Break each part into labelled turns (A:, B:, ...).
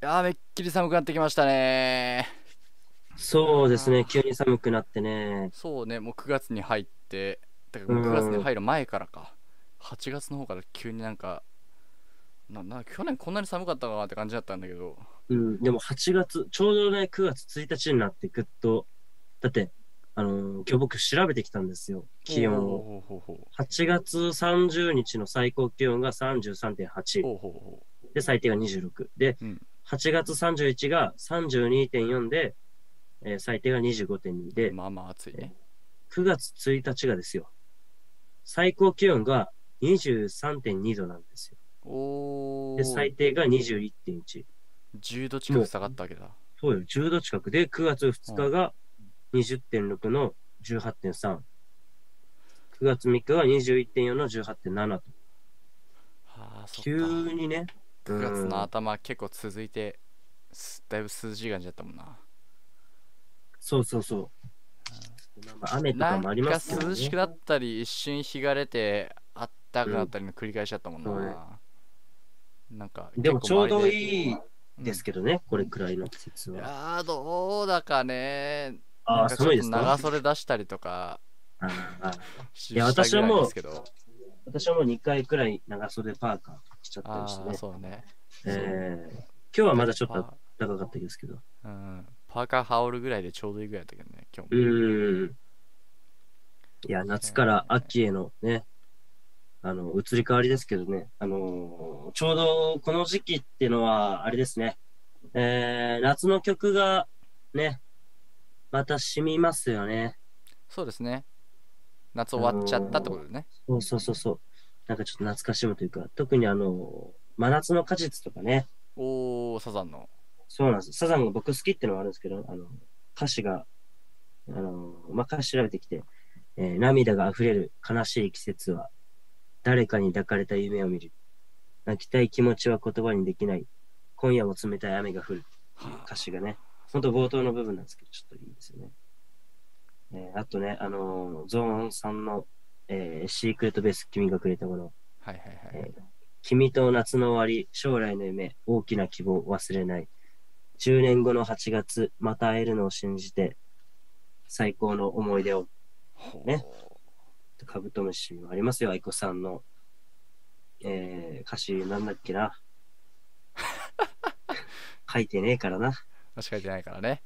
A: やーめっきり寒くなってきましたね
B: そうです
A: あ
B: ね、
A: ー
B: 急に寒くなってね。
A: そうねもう9月に入ってだからもう9
B: うん
A: 月に入る前からか8月の方から急になんかなな去年こんなに寒かったかなって感じだったんだけど
B: うん、でも8月、ちょうどね、9月1日になってぐっと、だって、あのー今日僕調べてきたんですよ、気温
A: ほ
B: を。
A: うほうほう
B: 8月30日の最高気温が33.8
A: ほうほうほうほ
B: で最低が26で、
A: うん
B: 8月31日が32.4で、えー最低が25.2で
A: うまあまあ暑いね
B: 9月1日がですよ最高気温が23.2度なんですよ
A: おお
B: で最低が21.1
A: 10度近く下がったわけだ
B: そうよ10度近くで9月2日が20.6の18.39月3日が21.4の18.7と
A: はあそっか
B: 急にね
A: 9月
B: うん
A: の頭結構続いてすだいぶ涼しい感じだったもんな
B: そうそうそう。まあ雨とかもありますけ
A: なん
B: ど
A: か涼し
B: ね
A: く。なったり一瞬日が出てあったかくなったりの繰り返しだったもんな、
B: うんそうね
A: なんか
B: でもちょうど
A: い
B: いいですけどね、これくらいの季節
A: い
B: は。
A: やーどうだかね
B: あ
A: な
B: あ、
A: んかちょっ
B: 寒いで
A: と
B: す
A: 長
B: か
A: 袖出したりとか
B: ああ
A: し
B: いや
A: した
B: 私
A: ぐ
B: は
A: らい
B: もう
A: ですけど
B: 私はもう2回くらい長袖パーカー着ちゃった
A: あ
B: りして
A: あ
B: ね。
A: そうね
B: えー今日はまだちょっと
A: パ
B: 高かったですけど。
A: ーうん、パーカー羽織るぐらいでちょうどいいぐらいだったけどね今
B: う
A: 日も
B: ーん。いや、夏から秋へのね、あの、移り変わりですけどね、あのーちょうどこの時期っていうのは、あれですね、えー、夏の曲がね、また染みますよね。
A: そうですね夏終わっちゃったってことでね
B: そうそうそうそう。なんかちょっと懐かしむというか、特にあの、真夏の果実とかね、
A: おおサザンの
B: そうなんです。サザンが僕好きってのはあるんですけど、あの、歌詞が、あの、まあ、歌詞調べてきて、えー涙が溢れる悲しい季節は、誰かに抱かれた夢を見る。泣きたい気持ちは言葉にできない。今夜も冷たい雨が降るっていう歌詞がね、ほんと冒頭の部分なんですけど、ちょっといいですよね。えーあとね、あのゾーンさんの、えーシークレットベース、君がくれたもの。
A: はいはいはい、
B: えー君と夏の終わり、将来の夢、大きな希望、忘れない。10年後の8月、また会えるのを信じて、最高の思い出を、
A: ほう
B: ねカブトムシもありますよ、愛子さんの。えー、歌詞なんだっ けな。書いてねえからな。
A: 確かに出ないからね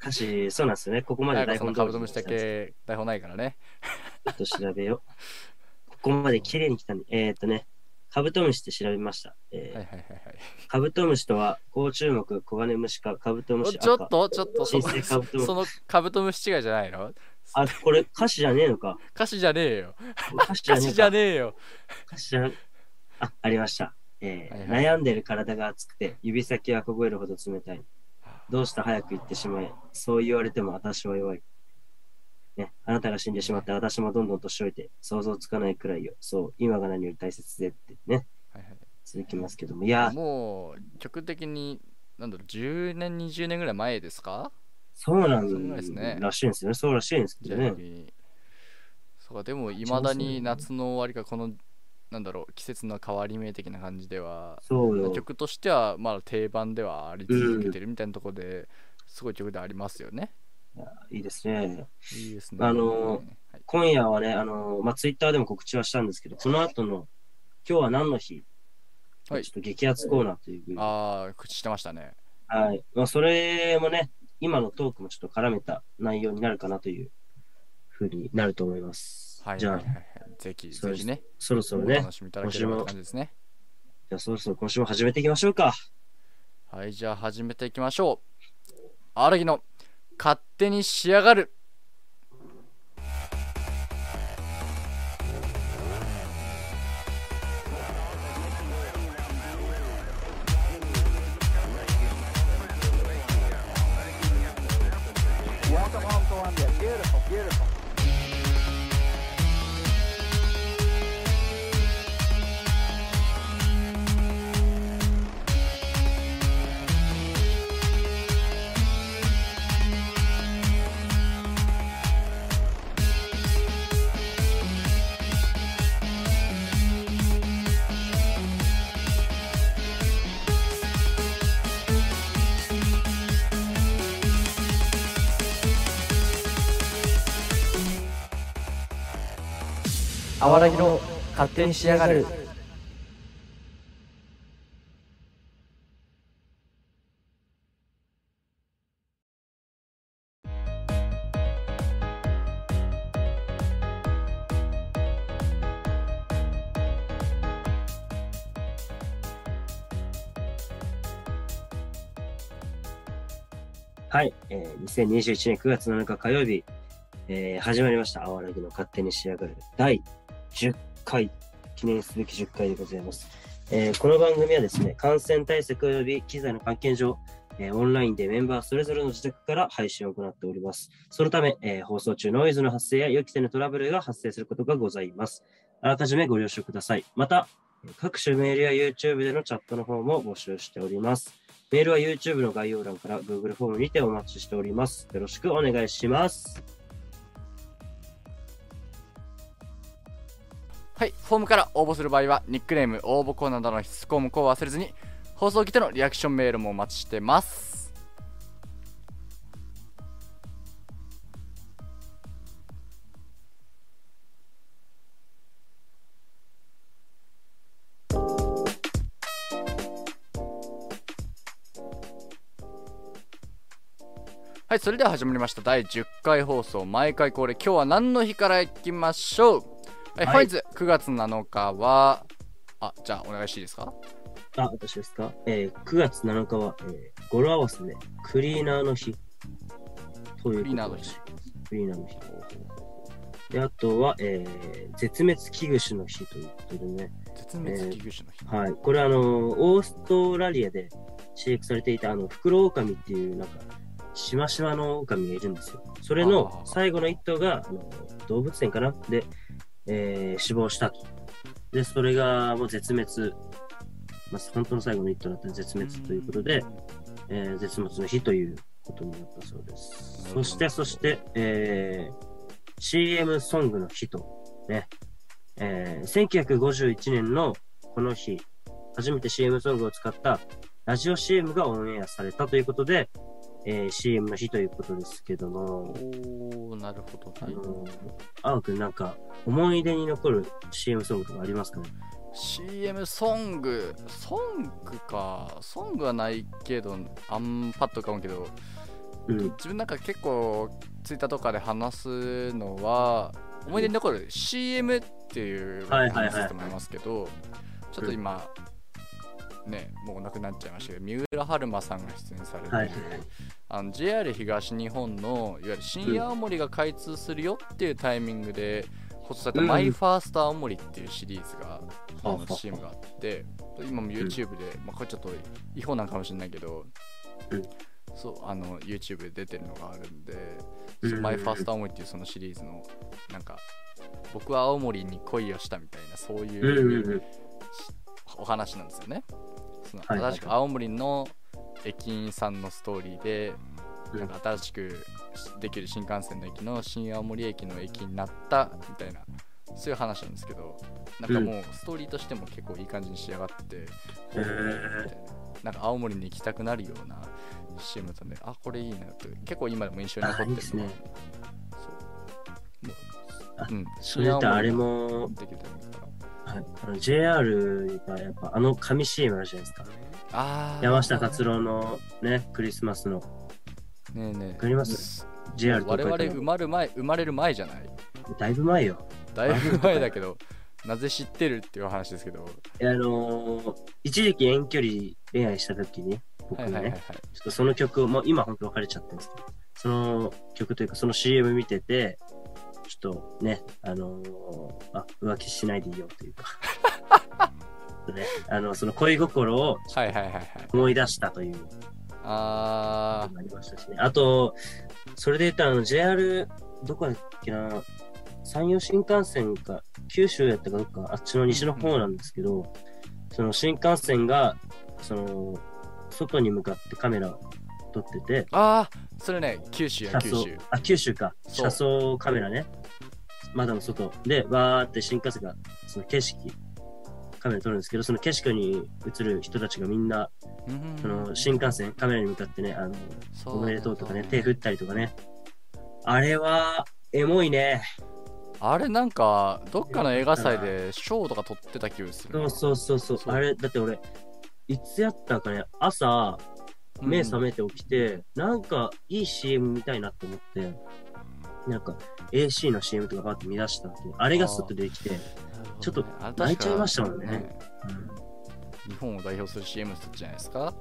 B: 歌詞、そうなんですよね。ここまで
A: 早
B: 台
A: くその
B: 本
A: カブトムシだ
B: 通りに
A: け台本ないからね
B: ちょっと調べよう。ここまで綺麗に来たんで、えー、っとね、カブトムシって調べました。えー
A: はいはいはいはい
B: カブトムシとは、甲虫目、コガネムシ科、カブトム
A: お
B: シ
A: ちょっとちょっとそ
B: 新
A: の
B: 生カブトムシ
A: そ。のカブトムシ違いじゃないの
B: あ、これ歌詞じゃねえのか。
A: 歌詞じゃねえよ
B: 歌詞じゃ
A: 歌
B: ねえ
A: 詞じ
B: の
A: ゃ
B: か。
A: ねえよ
B: 歌詞じゃねあ、ありました。えー
A: はいはい
B: 悩んでる体が熱くて、指先は凍えるほど冷たい。どうした早く行ってしまえ。そう言われても私は弱い。ね、あなたが死んでしまって、私もどんどん年老いて、想像つかないくらいよ。そう、今が何より大切でってね、
A: はいはい
B: 続きますけども。いやー、
A: もう曲的になんだろう10年20年ぐらい前ですか
B: そうな
A: そうですね
B: んらしいんですよね。そうらしいんですけ
A: じ
B: ど
A: ゃ
B: ね
A: あ。そうかでもいまだに夏の終わりかこのなんだろう季節の変わり目的な感じでは
B: そうよ。
A: 曲としてはまだ定番ではあり続けてるみたいなところですごい曲でありますよね。
B: いいですね。
A: いいですね。
B: あのー
A: はい
B: 今夜はね、あのまあ、ツイッターでも告知はしたんですけど、この後の、今日は何の日、
A: はい
B: ちょっと激アツコーナーというふうに、は
A: ああ、口してましたね。
B: いまあ、それもね、今のトークもちょっと絡めた内容になるかなというふうになると思います。
A: はい、
B: じゃ
A: は
B: あ
A: い、はいはい。ぜひ、
B: そ
A: ぜ
B: うです
A: ひね、
B: そろそ
A: お
B: ろね
A: 楽、しみいただければって感じですね。
B: じゃあそろそろ今週も始めていきましょうか。
A: はい、じゃあ始めていきましょう。荒木の勝手に仕上がる。
C: Welcome home, Columbia. Beautiful, beautiful.
B: い
D: あわらぎろ勝手にしやがる
B: はい、えー、2021年9月7日火曜日、えー始まりました、あわらぎの勝手に仕上がる第10回、記念すべき10回でございます。えーこの番組はですね、感染対策及び機材の関係上、えーオンラインでメンバーそれぞれの自宅から配信を行っております。そのため、えー放送中ノイズの発生や予期せぬトラブルが発生することがございます。あらかじめご了承ください。また、各種メールや YouTube でのチャットの方も募集しております。メールは YouTube の概要欄から Google フォームにてお待ちしております。よろしくお願いします。
A: はい、フォームから応募する場合は、ニックネーム、応募コーナーなどの必須項目を忘れずに、放送機でのリアクションメールもお待ちしてます。はい、それでは始まりました第10回放送、毎回恒例、今日は何の日からいきましょうえ、
B: は
A: 本
B: い
A: 日9月7日は、あ、じゃあお願いしていいですか
B: あ、私ですか、えー ?9 月7日は、えー語呂合わせでクリーナーの日ということで
A: クリーナーの日。
B: クリーナーの日。であとは、えー絶滅危惧種の日ということでね。
A: 絶滅危惧種の日。
B: はい。これあの、オーストラリアで飼育されていたあの、フクロオオカミっていう、なんか、しましまのオオカミがいるんですよ。それの
A: あー
B: 最後の一頭が、あの動物園かなで、えー死亡したと。で、それがもう絶滅、まあ、本当の最後の一頭だったら絶滅ということで、えー絶滅の日ということになったそうです
A: な。るほ
B: そ
A: ど
B: して、そして、えー CM ソングの日と、ね、えー1951年のこの日、初めて CM ソングを使ったラジオ CM がオンエアされたということで、えー CM の日ということですけども、
A: おー、なるほど
B: あ
A: ね。
B: のー、青くんなんか思い出に残る CM ソングとかありますかね
A: CM ソング、ソングか、ソングはないけど、あんパッと浮かぶけど、
B: うん。
A: 自分なんか結構、ツイッターとかで話すのは、思い出に残る CM っていう
B: はいはいはい
A: 話だと思いますけど、ちょっと今、ね、もうなくなっちゃいましたけど、三浦春馬さんが出演されてる、
B: はい
A: あの JR 東日本のいわゆる新青森が開通するよっていうタイミングで放送された「
B: うん
A: マイ・ファースト青森」っていうシリーズが、
B: は
A: あ
B: あは
A: の
B: あ
A: CM があって今も YouTube で、まあ、これちょっと違法なんかもしれないけど、
B: うん
A: そうあの YouTube で出てるのがあるんで「
B: うん
A: そのマイ・ファースト青森」っていうそのシリーズのなんか僕は青森に恋をしたみたいなそういうう、
B: んうんうん。
A: お話なんですよね。その
B: はいはい
A: 新しく青森の駅員さんのストーリーで、
B: うん
A: なんか新しくできる新幹線の駅の新青森駅の駅になったみたいな、そういう話なんですけど、なんかもうストーリーとしても結構いい感じに仕上がってて、
B: へ
A: みたい
B: ー
A: ななんか青森に行きたくなるような CM だったんで、あ、これいいなと、結構今でも印象に残ってるの
B: あいいですね
A: そうも
B: あ
A: ううん、
B: それだったらあれも、
A: できるから。
B: はい、あの JR がやっぱあの紙 CM あるじゃないですか。
A: あー
B: 山下達郎のね、クリスマスの
A: ねえねえ。
B: かります
A: す
B: JR 東
A: 我
B: 海
A: 々
B: から
A: 生まる前生まれる前じゃない
B: だいぶ前よ。
A: だいぶ前だけど なぜ知ってるっていう話ですけど
B: あのー一時期遠距離恋愛した時に、僕
A: は
B: が
A: い
B: ね、
A: はいはいはい
B: ちょっとその曲を、もう今本当別れちゃってるんですけど、その曲というかその CM 見てて、ちょっとね、あのーあ、浮気しないでいいよというか、 ね、あの、その恋心を
A: はいはいはいはい
B: 思い出したという
A: あ
B: ありましたしね。あと、それで言ったら、あの JR、どこだっけな、山陽新幹線か、九州やったかどっか、あっちの西の方なんですけど、その新幹線が、その、外に向かってカメラを撮ってて、
A: ーあーそれね九州
B: 車
A: や九
B: 窓
A: 州、
B: あ、九州か、
A: そう
B: 車窓カメラね、窓の外で、わーって新幹線が、その景色、カメラ撮るんですけど、その景色に映る人たちがみんな、
A: うん
B: その新幹線、カメラに向かってね、あの、
A: そ
B: おめでとうとかね、
A: だ
B: 手振ったりとかね。あれは、エモいね。
A: あれなんかどっかの映画祭で賞とか取ってた気がする
B: そ
A: な
B: うそうそうそう
A: そう
B: あれだって俺いつやったかね朝
A: うん
B: 目覚めて起きて、なんかいい CM 見たいなと思ってなんか AC の CM とかバーって見出したわけあれがスッと出てきて、ちょっと
A: なるほどねあれ確か
B: 泣いちゃいましたもんね
A: 日本を代表する CM だったじゃないですか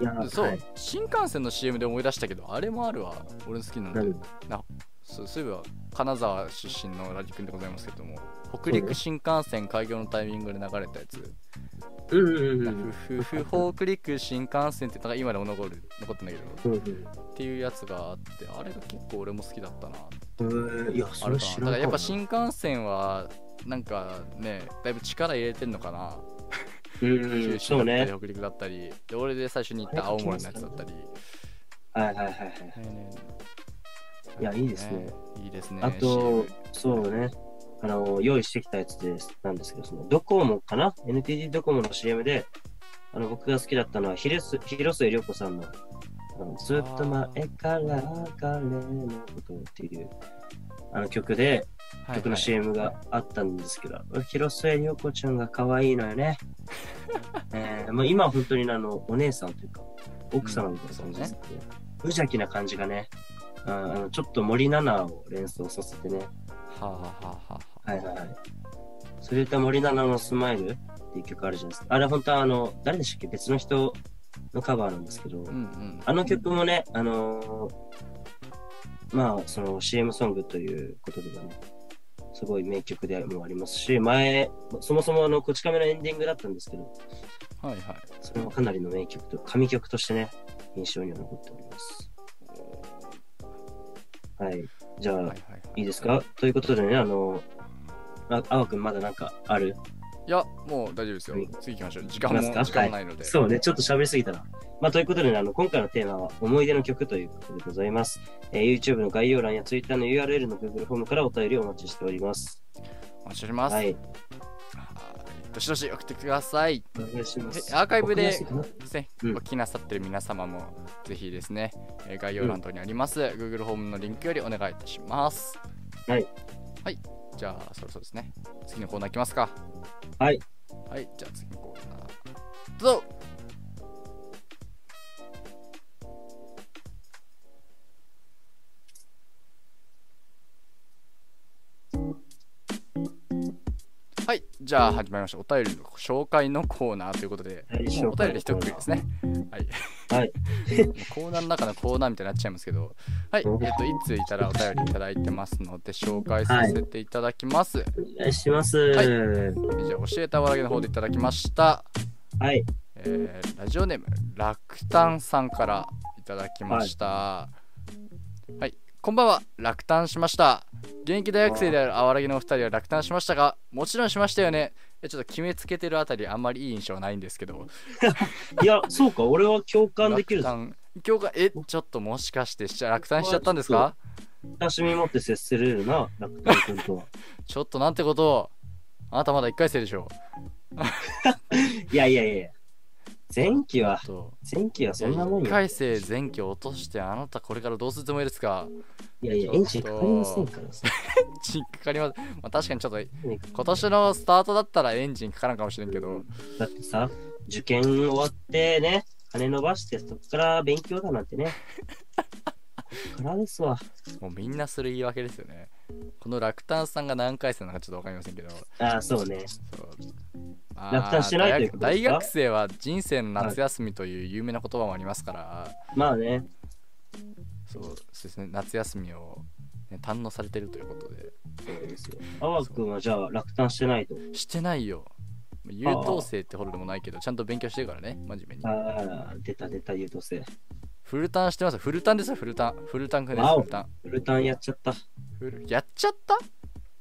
B: いや
A: そう、
B: はい
A: 新幹線の CM で思い出したけどあれもあるわ俺の好きなの
B: 何
A: そうそういえば金沢出身のラジ君でございますけども北陸新幹線開業のタイミングで流れたやつ
B: うんうんうんう
A: ふふ
B: ん
A: ふ北陸新幹線ってなんか今でも残る残ってんだけど
B: うんうん
A: っていうやつがあってあれが結構俺も好きだったな
B: えーいや、
A: あ
B: そ
A: る
B: れ
A: かなだ
B: 知ら
A: か
B: な
A: らやっ
B: か
A: ぱ
B: った
A: 新幹線はなんかねだいぶ力入れてんのかな
B: うん、
A: 九
B: そ
A: 州
B: う
A: だった
B: ね。
A: り北陸だったりで俺で最初に行った青森のやつだったり
B: はいはいはいはい。いやいいですね
A: いいですね
B: あと、そうね。あの、用意してきたやつですなんですけど、そのドコモかな ?NTT ドコモの CM で、あの、僕が好きだったのは、ひれす広末涼子さんの、あのずっと前から彼のことっていう、あの曲で、
A: はい
B: 曲の CM があったんですけど、広末涼子ちゃんが可愛いのよ ね。えーまあ、今は本当にあのお姉さんというか、奥様みたいな感じですけど、無邪気な感じがね、あーあのちょっと森七菜を連想させてね、
A: はあはあはあはあ
B: はいはいはい。それと森七菜のスマイルっていう曲あるじゃないですか。あれ本当はあの、誰でしたっけ別の人のカバーなんですけど、
A: うんうん
B: あの曲もね、あのーまあ、その CM ソングということではね、すごい名曲でもありますし、前、そもそもあの、こち亀のエンディングだったんですけど、
A: はいはい
B: それもかなりの名曲と、神曲としてね、印象には残っております。はい。じゃあ、
A: はい
B: い
A: はいはい
B: ですかということでね、あのあ、あわくんまだなんかある
A: いやもう大丈夫ですよ
B: はい
A: 次行きましょう時間も
B: 行きます
A: 時
B: か
A: 間もないので
B: そうね、ちょっと喋りすぎたな。まあ、ということでね、あの、今回のテーマは思い出の曲ということでございます。えー YouTube の概要欄や Twitter の URL の Google フォームからお便りをお待ちしております。
A: お待ちしております
B: は
A: はい
B: い、
A: どしどし送ってください
B: お願いします。
A: えアーカイブで
B: わかりやすいかな
A: ですね、
B: うん
A: お聞きなさってる皆様もぜひですね、えー概要欄等にあります、Google ホームのリンクよりお願いいたします。
B: はい。
A: はい。じゃあ、そろそろですね。次のコーナーいきますか。
B: はい。
A: はい。じゃあ、次のコーナー。どうぞはい。じゃあ、始まりました。お便りの紹介のコーナーということで、
B: はい
A: もうお便りで一くりですね。はい。
B: はい。
A: コーナーの中のコーナーみたいになっちゃいますけど、はい、えっと、いついたらお便りいただいてますので、紹介させていただきます。
B: お願いします。
A: い
B: は
A: じゃあ、教えたわらげの方でいただきました。
B: い。
A: えーラジオネーム、楽ンさんからいただきました。はい、こんばんは、落胆しました。現役大学生であるあわらぎのお二人は落胆しましたが、もちろんしましたよね。えちょっと決めつけてるあたり、あんまりいい印象はないんですけど、
B: いや、そうか、俺は共感できる
A: 落。胆今日が、え、ちょっともしかしてしちゃ落胆しちゃったんですか
B: 親しみ持って接するな、楽天君とは。
A: ちょっとなんてことをあなたまだ1回生でしょ
B: いやいやいやいや。前期は、
A: と
B: 前期はそんなもん
A: 1
B: よ。
A: 回生前期落としてあなたこれからどうするつもりですか
B: いやいや、エンジンかかりませんからさ。
A: エンジンかかります、まあ、確かにちょっと今年のスタートだったらエンジンかからんかもしれんけど
B: だってさ、受験終わってね、金伸ばして、そっから勉強だなんてね。こっからですわ。
A: もうみんなする言い訳ですよねこの落胆さんが何回生なのかちょっと分かりませんけど
B: ああ、そうね。
A: そうま
B: 落胆しないということです
A: 大
B: か
A: 学生は人生の夏休みという有名な言葉もありますから、
B: まあね、
A: そうそうですね夏休みを、ね、堪能されてるということで
B: そうですよ。あわくんはじゃあ落胆してないと。
A: してないよ。優等生ってほどでもないけど、ちゃんと勉強してるからね、真面目に。
B: ああ、出た出た優等生。
A: フルタンしてます。フルタンですよ、フルタン。フルタンくんです、
B: わお
A: フルタン。
B: ウルタンやっちゃった。
A: フルやっちゃった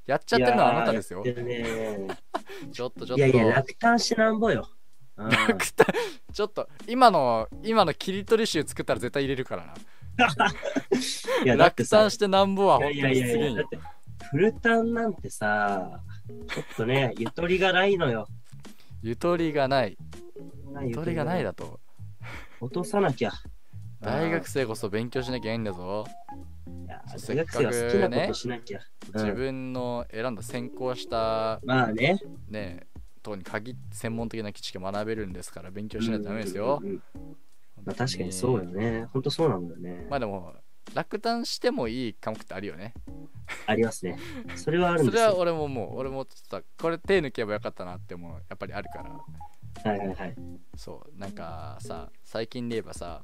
A: やっちゃってるのはあなたですよ
B: い。やーやってるね
A: ちょっとちょっ
B: いやいや、
A: と。
B: 落胆してなんぼよ。あー
A: ちょっと、今の、今の切り取り集作ったら絶対入れるからな。
B: いや、だって
A: 落
B: さ
A: 胆、してなんぼは本
B: い
A: 当
B: や
A: に
B: い
A: す
B: やい
A: げ
B: や
A: え
B: いや、だ
A: よ。
B: って、フルタンなんてさ、ちょっとね、ゆとりがないのよ。
A: ゆとりがない。ゆ
B: ゆ
A: とりがない。だと。
B: 落とさなきゃ。
A: 大学生こそ勉強しなきゃいけないんだぞ。
B: いや
A: そう
B: 大学生は好きなことしなきゃ。うん
A: 自分の選んだ専攻した
B: まあね。
A: ねとこに限って専門的な知識を学べるんですから勉強しないとダメですよ
B: うん。うんうんまあ確かにそうよね。ほんとそうなんだよね。
A: まあでも落胆してもいい科目ってあるよね。
B: ありますね。それはあるん
A: そ
B: です
A: れは
B: よ。
A: 俺ももう俺もちょっとこれ手抜けばよかったなってもやっぱりあるから
B: はいはいはい。
A: そうなんかさ最近で言えばさ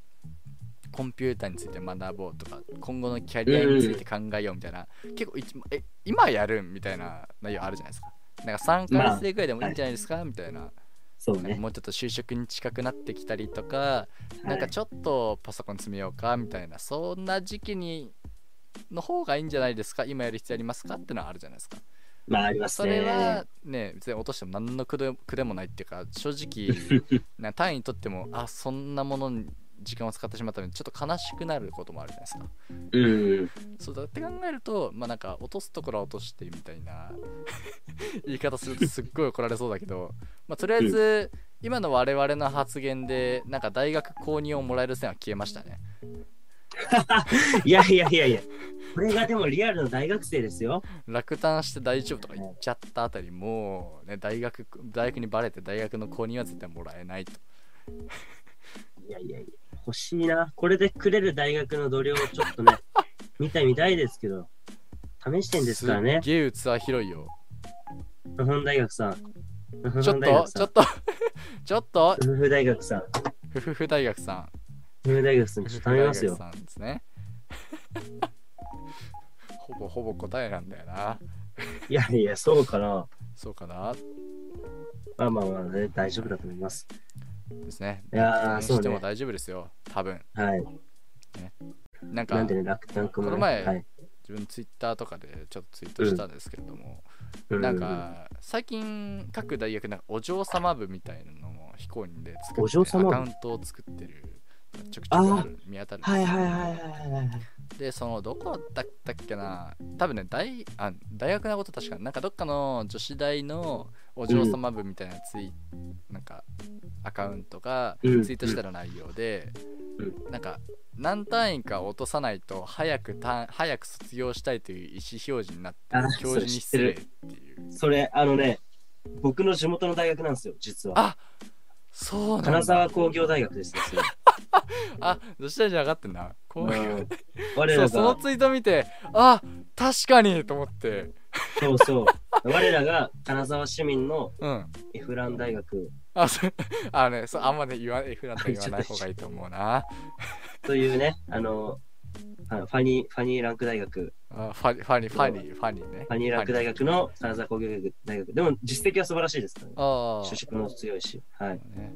A: コンピューターについて学ぼうとか今後のキャリアについて考えようみたいな、結構いちえ今やるんみたいな内容あるじゃないですかなんか3
B: まあ
A: ヶ月ぐらいでもいいんじゃないですか、みたいな
B: そう
A: なんか
B: ね。
A: もうちょっと就職に近くなってきたりとか、なんかちょっとパソコン詰めようかみたいなそんな時期にの方がいいんじゃないですか今やる必要ありますかってのはあるじゃないですか
B: まああります
A: それ
B: ね。
A: はね別に落としても何の苦で苦でもないっていうか正 直な単位にとってもあそんなものに時間を使ってしまったのにちょっと悲しくなることもあるじゃないですか
B: うん。
A: そうだって考えるとまあなんか落とすところは落としてみたいな 言い方するとすっごい怒られそうだけどまあとりあえず今の我々の発言でなんか大学公認をもらえる線は消えましたね
B: いやいやいやいや。これがでもリアルの大学生ですよ。
A: 落胆して大丈夫とか言っちゃったあたりもう、ね、大学大学にバレて大学の公認は絶対もらえないと
B: いやいやいや。欲しいな。これでくれる大学の度量をちょっとね、 見たみたいですけど、試してんですからね
A: っ。げえ器広いよ
B: 日本大学さん。日
A: ちょっ
B: 本
A: と
B: 大学
A: ちょ
B: さ
A: っ。
B: ん
A: と ちょっと
B: 夫婦大学さん。
A: ふふふ大学さん
B: 夫婦大学さん、ちょっと頼みます
A: ふ
B: よ
A: ふ。大学さんですね ほぼほぼ答えなんだよない
B: やいや、そうかな。
A: そうかな
B: まあまあまあ、ね、大丈夫だと思います。
A: ですね
B: いやー、
A: 何
B: そう
A: しても
B: ね。
A: 大丈夫ですよ多分
B: はい。
A: なんか
B: なんでね、楽天くんも、
A: こ
B: ね。
A: の前
B: はい
A: 自分ツイッターとかでちょっとツイートしたんですけれども、なん、か最近各大学なんかお嬢様部みたいなのも非公認で作
B: お嬢
A: ってア
B: 様部
A: カウントを作ってるちょくちょくある見当たるんです
B: は
A: よ
B: いはいはいはいはい。
A: でそのどこだったっけな多分ね大あ大学のこと確かなんかどっかの女子大のお嬢様部みたいなツイ、なんかアカウントがツイ
B: うん
A: ートしたら内容で、
B: う
A: なんか何単位か落とさないと早く単早く卒業したいという意思表示になって
B: あ
A: 教授に
B: そ
A: 失
B: れ
A: 礼っ
B: 知って
A: ていう
B: それ、あのね、僕の地元の大学なんですよ、実は。
A: あそうなん
B: 金沢
A: だ
B: 工業大学ですね。それ
A: あ女子大じゃなかったんだこう
B: うん我
A: そ
B: ら
A: うその
B: が、
A: ツイート見てあ確かにと思って
B: そうそう。我らが金沢市民の
A: うん
B: エフラン大学
A: あ、そう、あのね、そう、あんまね、言わ、F なんて言わない方がいいと思うな。
B: というね、あの、あファニー、ファニーランク大学、
A: あファニー、ファニー、ファニー、ファニーね。
B: ファニーランク大学の金沢工業大学、でも実績は素晴らしいですからね。
A: ファニ
B: 就
A: ー。
B: 職も強いし、は
A: ああ
B: い、。
A: ね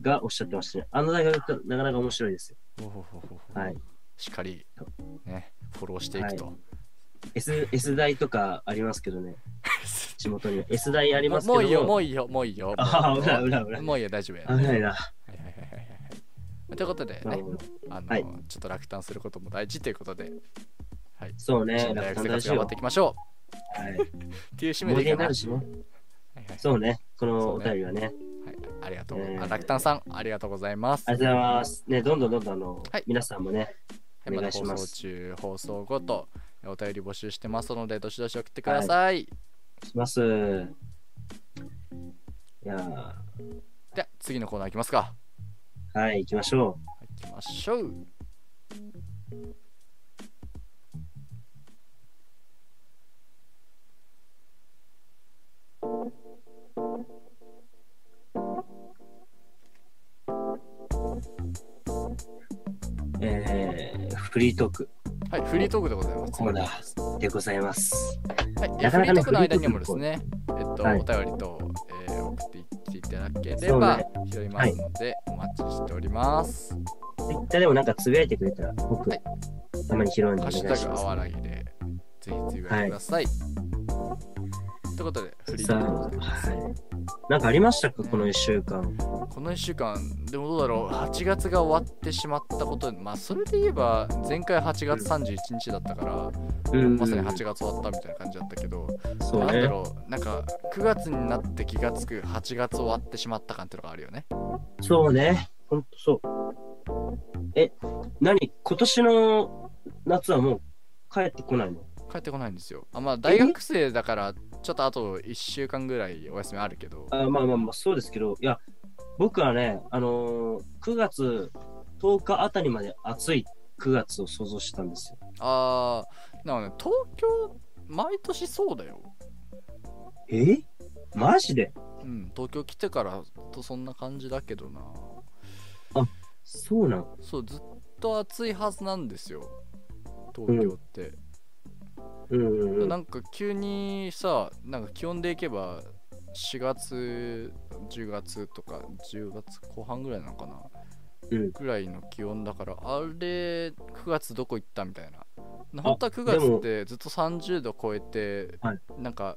B: がおっしゃってましたね。あの大学、なかなか面白いですよ。
A: ほほほほほ
B: はい。
A: しっかり、ね、フォローしていくと。
B: S, S 大とかありますけどね、地元には。S 大ありますけど
A: もういいよ、もういいよ、もういいよ。
B: ああ、危ない、危ない、危ない。
A: もういいよ、大丈夫や。
B: 危
A: はいはい
B: ないな。
A: はいはいはい。ということで
B: まあ
A: ね、あの、
B: はい
A: ちょっと落胆することも大事ということで、はい。
B: そうね、
A: 大学
B: 楽観
A: 生
B: 大
A: 活
B: 事
A: 頑張
B: よ
A: ってい。きましょ
B: はい。
A: うっていう締め
B: 思
A: で
B: い
A: いい
B: 出
A: かな。は
B: になる
A: い
B: しね。
A: はい
B: そうね、このお便りはね。
A: はいありがとう。
B: え
A: あ
B: ー
A: 落胆さん、ありがとうございます
B: あ。りがとうございます。ね、どんどんどんどん、あの
A: はい、
B: 皆さんもね、
A: はい、ま
B: お願
A: だ
B: いし
A: 放
B: ます
A: 送中、放送後とお便り募集してますので、どしどし送ってください。
B: します。いやー
A: では、次のコーナー行きますか。
B: はい、行きましょう。
A: 行きましょう。
B: えー、フリートーク
A: はい、フリートークでございます。
B: コーナーでございます。
A: はい、え
B: なかなかね
A: フリートークの間にもですね、えっと、
B: はい
A: お便りと、えー送ってきていただけれ
B: そう
A: ば
B: ね
A: 拾いますので、お待ちしております。
B: Twitter でもなんかつぶやいてくれたら、僕、
A: はい
B: たまに拾うんでお
A: ハッ
B: 願い
A: シ
B: し
A: ュタグ
B: ま
A: あ
B: す。
A: わらぎで、ぜひつぶやいてください。ということで、フリート
B: さあ、
A: ークでございます。
B: はい。なんかありましたか、この1週間。
A: この1週間でもどうだろう8月が終わってしまったことまあそれで言えば前回8月31日だったから、
B: うん
A: まさに8月終わったみたいな感じだったけど、
B: そう
A: なんだ
B: ね。
A: ろうなんか9月になって気がつく8月終わってしまった感っていうのがあるよね
B: そうね。ほんとそう。え、何今年の夏はもう帰ってこないの
A: 帰ってこないんですよあまあ大学生だからちょっとあと1週間ぐらいお休みあるけど
B: あまあまあまあ、そうですけど、いや、僕はね、あのー、9月10日あたりまで暑い9月を想像してたんですよ。
A: あーなので東京毎年そうだよ
B: えマジで
A: うん東京来てからとそんな感じだけどな
B: そうなの
A: そうずっと暑いはずなんですよ東京って、
B: うんうんうん。
A: なんか急にさなんか気温でいけば4月10月とか10月後半ぐらいなのかな、
B: うん
A: ぐらいの気温だからあれ9月どこ行ったみたいな本当は9月ってずっと30度超えて、
B: はい
A: なんか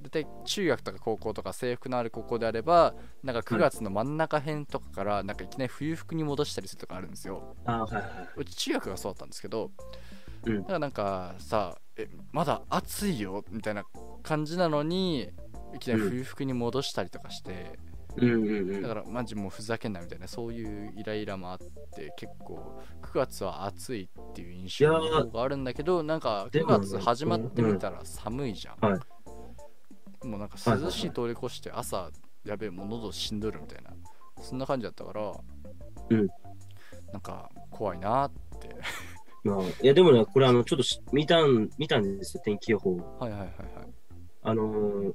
A: 大体中学とか高校とか制服のある高校であればなんか9月の真ん中辺とかからなんかいきなり冬服に戻したりするとかあるんですよ、
B: あはいはい。
A: うち中学がそうだったんですけど、
B: うん
A: だからなんかさえまだ暑いよみたいな感じなのにいきなり冬服に戻したりとかして、
B: うんうん
A: だ
B: うん。
A: からマジもうふざけんなみたいなそういうイライラもあって結構9月は暑いっていう印象
B: いや
A: の
B: ー
A: 方があるんだけどなんか
B: で
A: 9
B: もね
A: 月始まってみたら寒いじゃん、
B: はい
A: もうなんか涼しい通り越して朝やべえもう喉しんどるみたいなそんな感じだったから、
B: うん
A: なんか怖いなって
B: まあ、いや、でもね、これ、あの、ちょっとし見たん、見たんですよ、天気予報。
A: はいはいはいはい
B: あのー、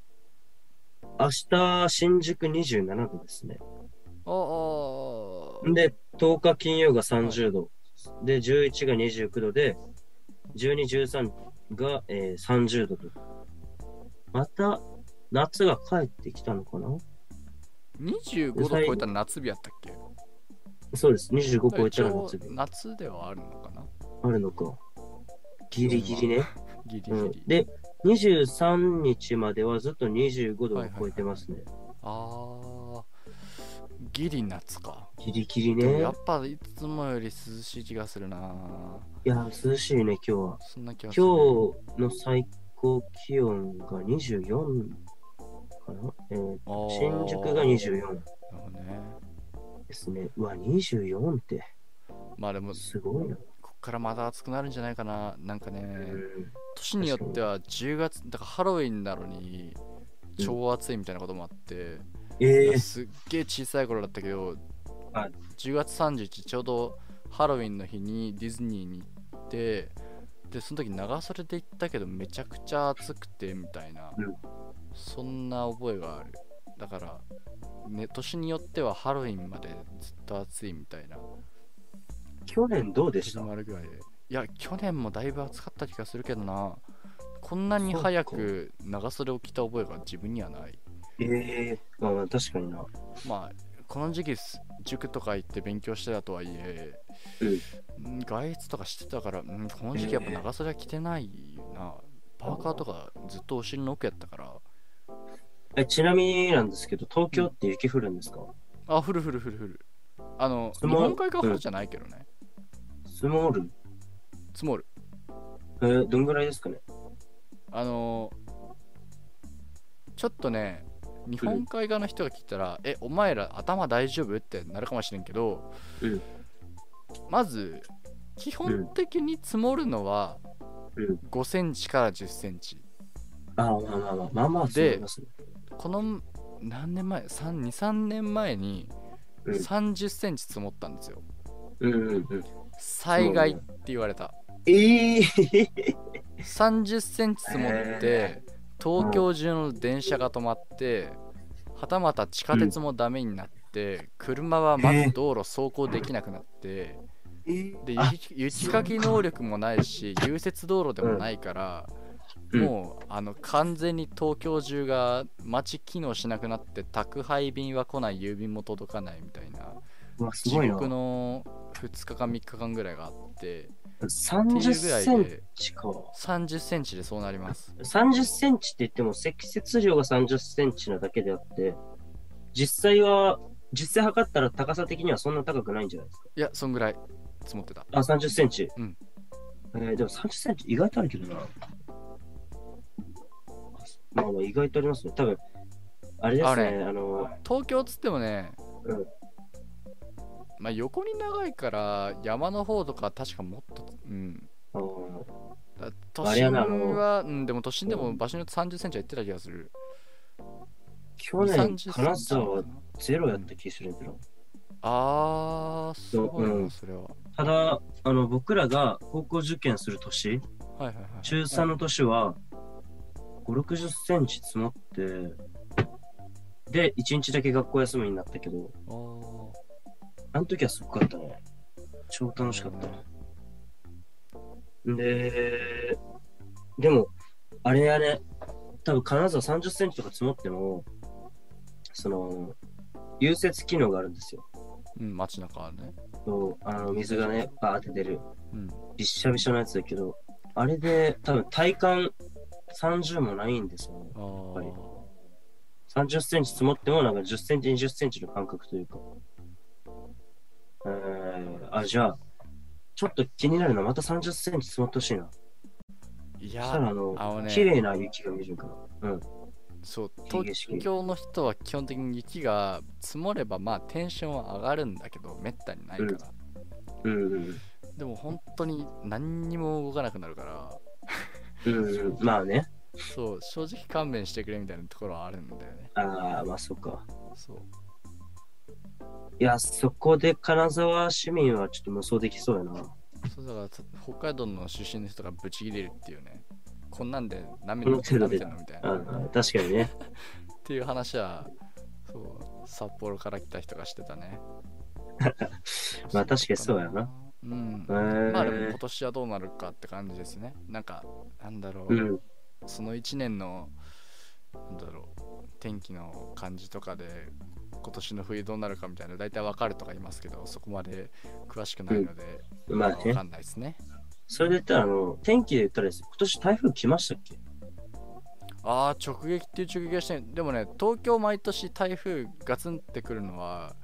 B: 明日、新宿27度ですね。
A: ああ
B: で、10日金曜が30度。で、11が29度で、12、13が、えー、30度と。また、夏が帰ってきたのかな
A: 25度超えたら夏日やったっけ
B: そうです。25超えたら夏
A: 一応
B: 日。
A: 夏ではあるのかな
B: あるのか。ギリギリね。
A: ギリギ
B: う
A: リ、
B: ん、で、23日まではずっと25度を超えてますね。
A: ああギリ夏か、
B: ギリギリ
A: でも
B: ね。い
A: やっぱいつもより涼しい気がするな
B: や、涼しいね、今日は。
A: そんな気がする
B: 今日の最高気温が24かな、えー
A: あー
B: 新宿
A: な
B: が24
A: るほどね
B: ですね。うわ、24って
A: まあでも
B: すごいな。
A: こっからまた暑くなるんじゃないかななんかね、
B: うん
A: 年によっては10月だからハロウィンなのに超暑いみたいなこともあって、
B: えー、
A: すっげえ小さい頃だったけど、
B: はい
A: 10月31日ちょうどハロウィンの日にディズニーに行ってでその時長袖で行ったけどめちゃくちゃ暑くてみたいな、
B: うん
A: そんな覚えがあるだから、ね、年によってはハロウィンまでずっと暑いみたいな
B: 去年どうでし
A: 年
B: た
A: もあるぐらいでいや去年もだいぶ暑かった気がするけどなこんなに早く長袖を着た覚えが自分にはない
B: ええー、まあまあ確かにな。
A: まあこの時期す塾とか行って勉強してたとはいえ、うん外出とかしてたから、うんこの時期やっぱ長袖は着てないな、パーカーとかずっとお尻の奥やったから
B: えちなみになんですけど、東京って雪降るんですか、
A: あ降る降る降る降るあの
B: 積
A: 日
B: もる
A: 本海側ほどじゃないけどね、
B: スモール
A: 積もる
B: えー、どんぐらいですかね
A: あのちょっとね日本海側の人が聞いたら、えお前ら頭大丈夫ってなるかもしれんけど、
B: うん
A: まず基本的に積もるのは
B: うん
A: 5センチから10センチ
B: ああまあまあまあまあまあそう思いますね。
A: この何年前23年前に
B: うん
A: 3 0センチ積もったんですよ
B: うんうんうん。
A: 災害って言われた
B: ええ
A: 3 0センチ積もって
B: へ
A: 東京中の電車が止まってはたまた地下鉄もダメになって車はまず道路走行できなくなってで
B: あ
A: 雪雪かき能力もないし融雪道路でもないから、
B: うん
A: もうあの完全に東京中が街機能しなくなって宅配便は来ない郵便も届かないみたいな
B: うわ、す
A: 地
B: ごいな。
A: 獄の2日か3日間ぐらいがあって
B: 30セ
A: っていうぐらい
B: ン
A: で
B: チか。
A: 3 0ンチでそうなります
B: 30センチって言っても積雪量が30センチなだけであって、実際は、実際測ったら高さ的にはそんな高くないんじゃないですか。
A: いやそんぐらい積もってた
B: あ、30センチ。
A: うん。
B: えー、でも30センチ意外とあるけどな。まあまあ意外とありますね。多分、あれです
A: あれ
B: ね、あの、
A: 東京っつってもね、
B: うん
A: まあ横に長いから山の方とか確かもっとうん
B: あの
A: だ都
B: あれ
A: 心
B: やなあの
A: は、うん、でも都心でも場所によって30センチは行ってた気がする。
B: 去
A: 2 30
B: 年、
A: センチ
B: 金沢はゼロやった気するけど。
A: あー、すごいな、
B: うん
A: それは。
B: ただ、あの、僕らが高校受験する年、
A: はいはいはい。
B: 中3の年は、5、60センチ積もって、で、1日だけ学校休みになったけど、
A: あー
B: あの時はすごかったね。超楽しかった。で、でも、あれあれ、多分金沢30センチとか積もっても、その、融雪機能があるんですよ。
A: うん、街中はね。
B: そうあの水がね、バーって出る。
A: うん。
B: びっしゃびしゃのやつだけど、あれで多分体感30もないんですよね。
A: あー、
B: やっ30センチ積もっても、なんか10センチ、20センチの感覚というか。えー、あ、じゃあ、ちょっと気になるのはまた30センチ積もってほしいな。
A: い
B: そしたら、
A: や、
B: あの
A: あの、ね
B: 綺麗な雪が見えるから。
A: そう、
B: いい景色
A: 東京の人は基本的に雪が積もれば、まあ、テンションは上がるんだけど、めったにないから。
B: うんうん
A: でも、本当に何にも動かなくなるから。
B: うん。うんうん、まあね。
A: そう正直勘弁してくれみたいなところはあるんだよね
B: ああ、まあそうか。
A: そう
B: いや、そこで金沢市民はちょっと無双できそうやな。
A: そうだから北海道の出身の人がブチ切れるっていうねこんなんでなめ
B: こ
A: てな
B: の程度
A: め
B: で
A: てんのみたいな
B: う
A: っ
B: んうん、確かにね。
A: ていう話はそう札幌から来た人がしてたね
B: まあ確かにそうやな
A: うん
B: え
A: まあでも
B: ー
A: 今、年はどうなるかって感じですねなんかなんだろう、
B: うん。
A: その1年のなんだろう天気の感じとかで今年の冬どうなるかみたいな大体わかるとか言いますけどそこまで詳しくないので、
B: まあ
A: わ
B: ね
A: か。んないですね
B: それで言ったら、あの、天気で言ったらですね今年台風来ましたっけ
A: ああ直撃っていう直撃はしてないでもね東京毎年台風ガツンってくるのは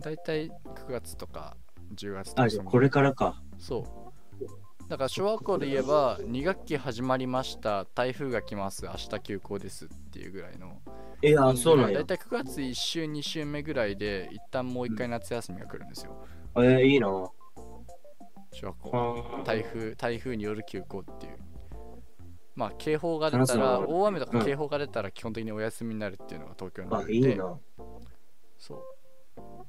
A: 大体9月とか10月とか
B: あ、じ
A: そ
B: ゃあ
A: の
B: これからか。
A: そうだから小学校で言えば2学期始まりました台風が来ます明日休校ですっていうぐらいの
B: いや、そうなんや
A: 大。体9月1週2週目ぐらいで一旦もう1回夏休みが来るんですよ
B: えー、いいな。は
A: 小学校
B: ー
A: 台風台風による休校っていうまあ警報が出た
B: 話が
A: ら
B: ある
A: 大雨とか
B: うん
A: 警報が出たら基本的にお休みになるっていうのが東京の
B: あ
A: ル、ー
B: い
A: ルで
B: いな。
A: そう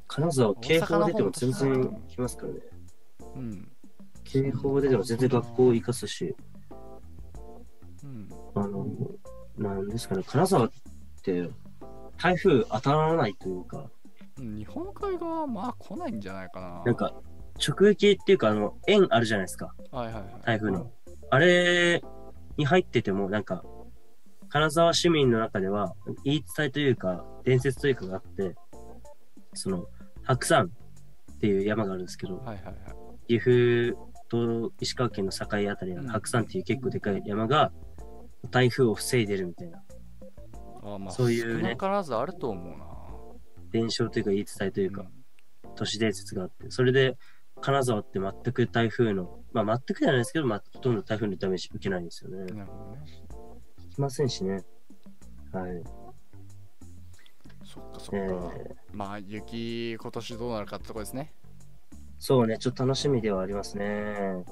B: 金沢、警報出ても全然来ますからね。
A: うん
B: 警報出ても全然学校行かすし、
A: うん
B: あの、なんですかね、金沢って、台風当たらないというか、
A: うん日本海側はまあ来ないんじゃないかな
B: なんか、直撃っていうか、あの、円あるじゃないですか、
A: はいはいはい
B: 台風の。あれに入ってても、なんか、金沢市民の中では、言い伝えというか、伝説というかがあって、その、白山っていう山があるんですけど、
A: はいはいはい
B: 岐阜と石川県の境あたりの白山っていう結構でかい山が台風を防いでるみたいな
A: ああまあ
B: そういうね
A: 少なからずあると思うな
B: 伝承というか言い伝えというか
A: う
B: 都市伝説があってそれで金沢って全く台風のまあ全くじゃないですけど、まあ、ほとんど台風のダメージ受けないんですよね
A: んなるほどね
B: 聞きませんしねはい
A: そっかそっ
B: え
A: か、
B: ー、
A: まあ雪今年どうなるかってとこですね
B: そうねちょっと楽しみではありますね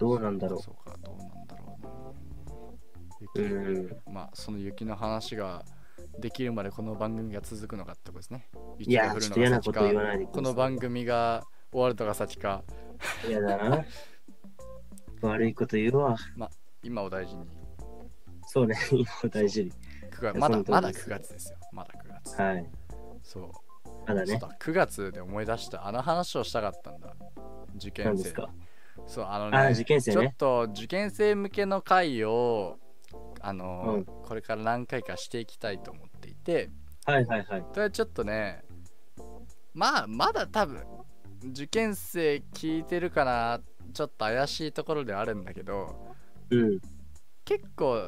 B: どうなんだろ
A: そうかどうなんだろ
B: う
A: う
B: う
A: ね雪、
B: ん
A: まあその雪の話ができるまでこの番組が続くのかってことですね
B: い
A: 雪が
B: や
A: 降
B: ちょ
A: る
B: っ
A: のが先
B: と嫌なこ
A: か
B: と言わないでくださ
A: こ
B: い
A: の番組が終わるとか先か
B: 嫌だな悪いこと言うわ
A: 今を大事に
B: そうね 今を大事に
A: 9月
B: いや
A: まだ
B: その通り
A: まだ
B: です
A: 9月ですよまだ9月、
B: はい
A: そう
B: まだ
A: そう
B: ね
A: だ9月で思い出したあの話をしたかったんだ受
B: 何
A: 験
B: で
A: 生
B: すか
A: そうあのね
B: あ受験生
A: ちょ
B: ね
A: っと受験生向けの回をあの、
B: うん
A: これから何回かしていきたいと思っていて
B: はいはいはい
A: それはちょっとねまあまだ多分受験生聞いてるかなちょっと怪しいところではあるんだけど
B: うん
A: 結構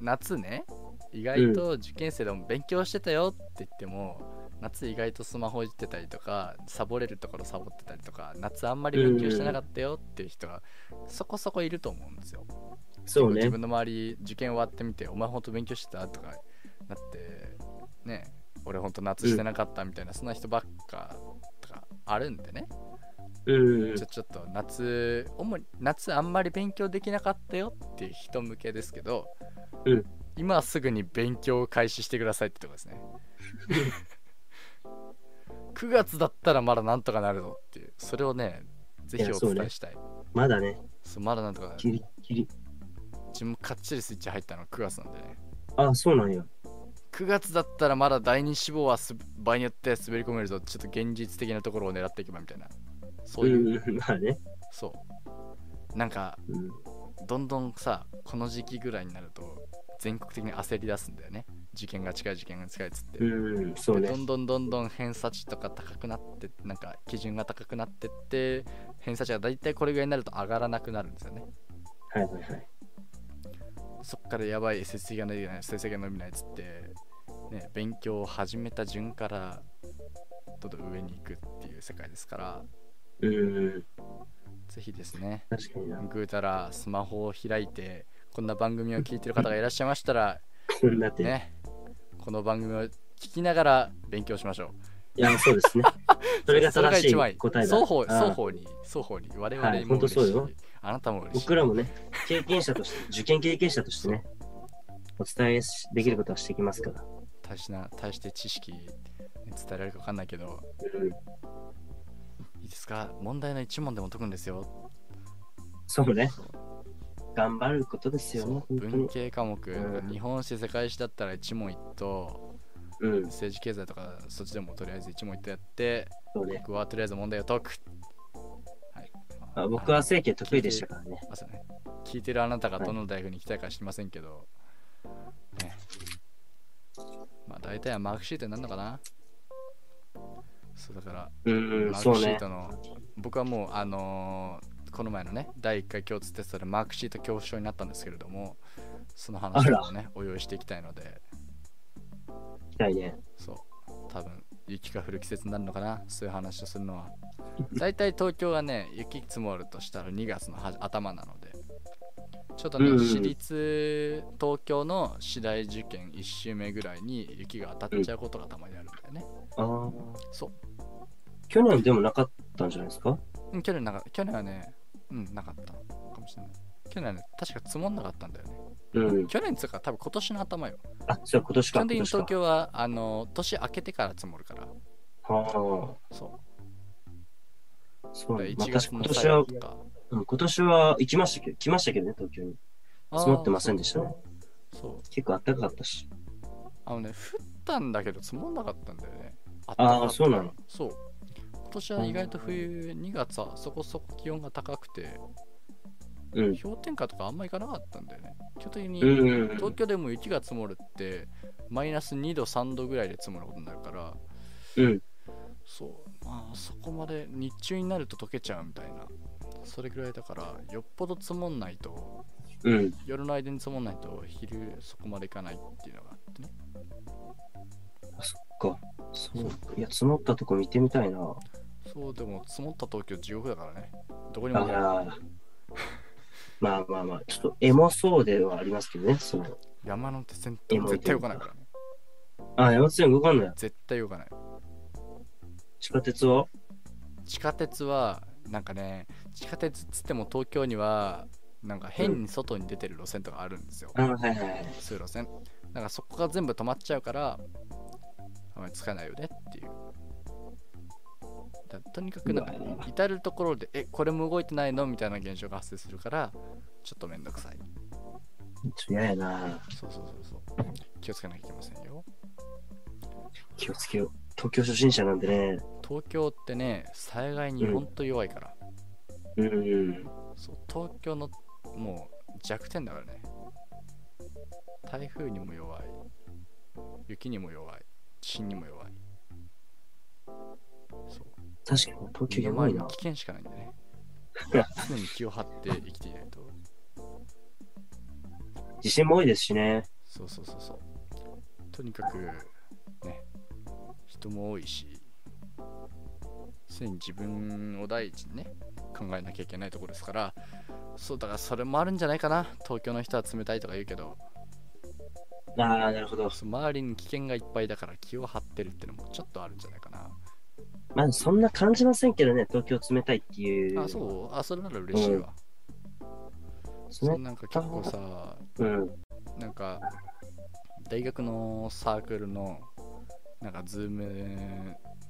A: 夏ね意外と受験生でも勉強してたよって言っても、夏意外とスマホいじってたりとかサボれるところサボってたりとか夏あんまり勉強してなかったよっていう人がそこそこいると思うんですよ。
B: そう
A: 自
B: ね
A: 分の周り受験終わってみて「お前ほんと勉強してた?」とかなってね俺ほんと夏してなかったみたいな、そんな人ばっかとかあるんでね
B: うんうん
A: ちょちょっと夏主に夏あんまり勉強できなかったよっていう人向けですけど、
B: うん
A: 今すぐに勉強を開始してくださいってとこです ね9月だったらまだなんとかなるぞっていうそれをねぜひお伝えしたいそう、
B: まだね、
A: まだなんとかなる
B: ギリギリ。
A: うちもかっちりスイッチ入ったの9月なんでね
B: あ、そうなんや。
A: 9月だったらまだ第二志望はす場合によって滑り込めるぞちょっと現実的なところを狙っていけばみたいなそうういう、
B: ん うん、まあね。
A: そうなんか
B: うん
A: どんどんさこの時期ぐらいになると全国的に焦り出すんだよね受験が近い受験が近いっつって、
B: うんうん、そう
A: で
B: ね
A: ど。んどんどんどん偏差値とか高くなってなんか基準が高くなってって偏差値がだいたいこれぐらいになると上がらなくなるんですよね
B: はいはいはい。
A: そっからやばい成績が伸びない成績が伸びないっつって、ね、勉強を始めた順からどんどん上に行くっていう世界ですから
B: うんうん、
A: ぜひですね
B: 確かにな。
A: ぐうたらスマホを開いてこんな番組を聞いてる方がいらっしゃいましたら
B: だって、
A: ね、この番組を聞きながら勉強しましょう。
B: いや、そうで すね。それが正し
A: それが一番
B: い答えだ。
A: 双方
B: ああ
A: 双方に、双方に、我々
B: はい
A: も
B: 本当
A: 嬉しい、
B: そうよ
A: あなたも嬉しい
B: 僕。らもね、経験者として、受験経験者としてね、お伝えしできることはしてきますから。
A: 大しな大して知識伝えられるか分かんないけど、
B: うん、
A: いいですか問題の1問でも解くんですよ。
B: そうね。頑張ることですよ
A: そう
B: ね、本当
A: 文
B: に。
A: 系科目、
B: うん
A: 日本史世界史だったら1問1答、
B: うん、
A: 政治経済とかそっちでもとりあえず1問1答やって、
B: そうね。
A: 僕はとりあえず問題を解く。はい、
B: あ僕は整形得意でしたからね。
A: あそうね、聞いてるあなたがどの大学に行きたいか知りませんけど、ね。まあ大体はマークシートになるのかなそうだから、
B: うん、
A: マー
B: そ
A: ク
B: う
A: シー
B: ね。
A: トの、僕はもう、あのーこの前のね、第1回共通テストでマークシート恐怖症になったんですけれども、その話をね、お用意していきたいので、
B: 行きたいね。
A: そう、多分雪が降る季節になるのかな、そういう話をする のは。大体東京はね、雪積もるとしたら2月のはじ頭なので、ちょっとね、
B: うんうん
A: 私立東京の次第受験1周目ぐらいに雪が当たっちゃうことがたまにあるんだよね。
B: ああ。
A: そう
B: 去年でもなかったんじゃないですか
A: うん、去年なんか去年はね、うん、なかったかもしれない。去年はね、確か積もんなかったんだよね。
B: うん。
A: 去年つうか、多分今年の頭よ。
B: あ、そう、今年
A: 基
B: か。
A: 本的
B: 今
A: に
B: 年か。
A: 東京は、あの、年明けてから積もるから、
B: は
A: そ。
B: あ、そうう
A: だ
B: ね。
A: から1
B: まあ確
A: 月
B: か
A: の
B: 今年
A: 最
B: は
A: 後、とか。
B: うん今年は行きましたけど、来ましたけどね、東京に。積もってませんでしたね。
A: た。そう。
B: 結構暖かかったし。
A: あのね、降ったんだけど積もんなかったんだよね。あ
B: あーそうなの
A: そう。今年は意外と冬、2月はそこそこ気温が高くて、
B: うん。
A: 氷点下とかあんま行かなかったんだよね。基本的
B: うん
A: に
B: うんう
A: 東
B: ん。
A: 京でも雪が積もるって、マイナス2度、3度ぐらいで積もることになるから、
B: うん。
A: そう、まあそこまで日中になると溶けちゃうみたいな、それぐらいだから、よっぽど積もんないと、
B: うん。
A: 夜の間に積もんないと、昼そこまで行かないっていうのがあってね。
B: あ、そっか。そう。いや、積もったとこ見てみたいな。
A: そう、でも積もった東京、地獄だからね。どこに
B: あ
A: もない。
B: あ。 まあまあまあ、ちょっとエモそうではありますけどね、その。
A: 山の手線
B: 今
A: 絶対動かないからね。
B: あ、山手線動かんのや。
A: 絶対動かない。
B: 地下鉄は
A: 地下鉄は、なんかね、地下鉄っつっても東京には、なんか変に外に出てる路線とかあるんですよ。
B: あ、はいはいはい。
A: そういう路線。だからそこが全部止まっちゃうから、あんまりつかないよねっていう。だとにかくなんか
B: うわ
A: 至るところで、え、これも動いてないのみたいな現象が発生するから、ちょっとめんどくさい。
B: ちょっと嫌やな。
A: そうそうそうそう。気をつけなきゃいけませんよ。
B: 気をつけよう。東京初心者なんでね。
A: 東京ってね、災害にほんと弱いから。
B: うんうん。
A: そう東京のもう弱点だからね台風にも弱い雪にも弱い地震にも弱いそう
B: 確かに、東京
A: 身
B: や
A: の
B: ば
A: 回
B: い
A: り
B: な
A: に。危険しかないんだね常に気を張って生きていないと
B: 地震も多いですしね。
A: そうそうそうそうとにかくね人も多いし常に自分を第一にね考えなきゃいけないところですからそうだからそれもあるんじゃないかな東京の人は冷たいとか言うけど
B: ああ、なるほど。
A: そう周りに危険がいっぱいだから気を張ってるってのもちょっとあるんじゃないかな
B: まあ、そんな感じませんけどね、東京冷たいっていう。
A: あ、そうあ、それなら嬉しいわ。そ
B: ね
A: うなんか結構さ、
B: うん。
A: なんか大学のサークルのなんかズーム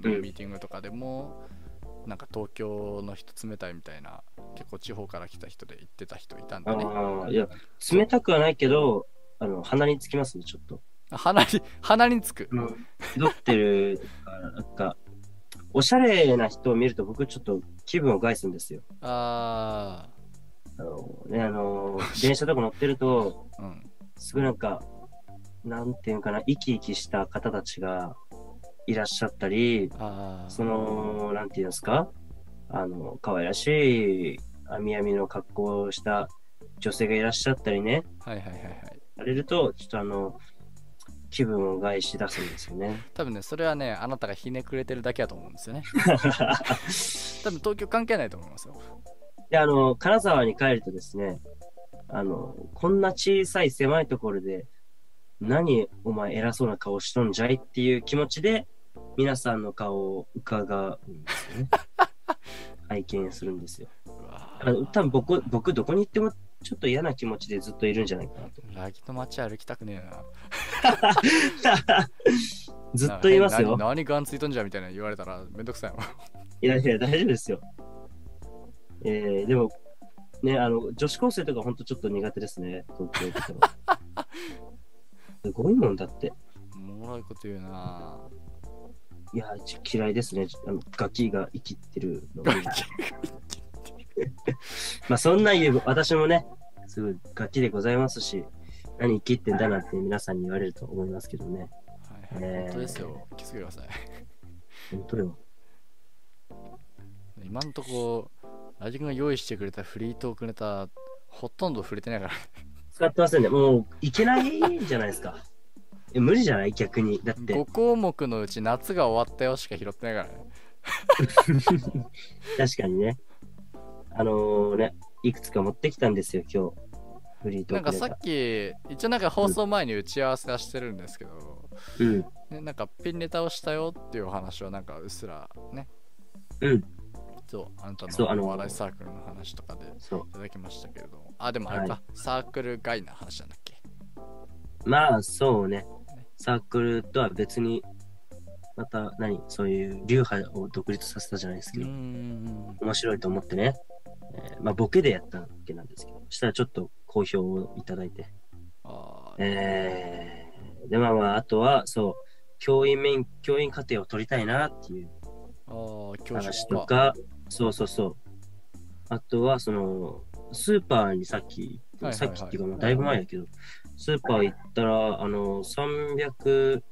A: の
B: うん
A: ミーティングとかでも、なんか東京の人冷たいみたいな結構地方から来た人で行ってた人いたんだね
B: ああ、いや、冷たくはないけど、あの、鼻につきますね、ちょっと。
A: あ鼻に鼻につく
B: うん。気取ってるから、なんか、おしゃれな人を見ると僕ちょっと気分を害すんですよ。
A: あ
B: あの、ね、あ の、電車とか乗ってると、
A: あうん
B: すごいなんか、なんていうかな、生き生きした方たちがいらっしゃったり、
A: ああ
B: その、なんていうんですか、あの、可愛らしい、あみあみの格好をした女性がいらっしゃったりね、
A: はいはいはいはい
B: されると、ちょっとあの、気分を害し出すんですよね。
A: 多分ねそれはねあなたがひねくれてるだけだと思うんです よね多分東京関係ないと思いますよ
B: で、あの、金沢に帰るとですね、あの、こんな小さい狭いところで、何お前偉そうな顔しとんじゃいっていう気持ちで、皆さんの顔を伺うんです よね。拝見するんですよ。
A: うわ
B: だ
A: ー
B: から多分僕、僕どこに行ってもちょっと嫌な気持ちでずっといるんじゃないかなと。
A: ラギの街歩きたくねえな
B: ずっといます
A: なん
B: よ
A: か。何何ガンついとんじゃみたいな言われたらめんどくさいもん。
B: いやいや、大丈夫ですよ。えー、でも、ね、あの、女子高生とか本当ちょっと苦手ですね、東京とかは。すごいもんだって。
A: おもろいこと言う ない
B: や、ち嫌いですね。あのガキが生きってるのが。まあ、そんなん言う、私もね、すごいガキでございますし、何生きってんだなんて皆さんに言われると思いますけどね。
A: はいはい、
B: ねえ
A: 本当ですよ。気づけてください。
B: 本当よ。
A: 今んとこ、ラジ君が用意してくれたフリートークネタ、ほとんど触れてないから。
B: 使ってませんね。もう、いけないんじゃないですか。え無理じゃない逆に。だって。
A: 5項目のうち夏が終わったよしか拾ってないからね。
B: 確かにね。あのね、いくつか持ってきたんですよ、今日。フリート
A: な
B: ー
A: ん
B: ク
A: か
B: ネ
A: さ
B: タ
A: っき、一応なんか放送前に打ち合わせはしてるんですけど、
B: うん。
A: ね、なんかピンネタをしたよっていうお話はなんかうっすらね、
B: うん。
A: そう、あなた
B: そうあ
A: の
B: の
A: お笑いサークルの話とかでい
B: そう。
A: ただきましたけれども。あ、でもあれか、
B: は
A: サークル外の話なんだっけ。
B: まあ、そうね。サークルとは別に、また何、そういう流派を独立させたじゃないです
A: う
B: け
A: ー
B: ど、
A: ん。
B: 面白いと思ってね。えーまあ、ボケでやったわけなんですけど、そしたらちょっと好評をいただいて。
A: あー
B: えー、で、まあまあ、あとは、そう、教員免、教員課程を取りたいなっていう
A: あー、教
B: 話
A: 授
B: と
A: か。
B: か、そうそうそう。あとは、その、スーパーにさっき、
A: はいはいはい
B: さっきっていうか、まあだいぶ前やけど、スーパー行ったら、あの、300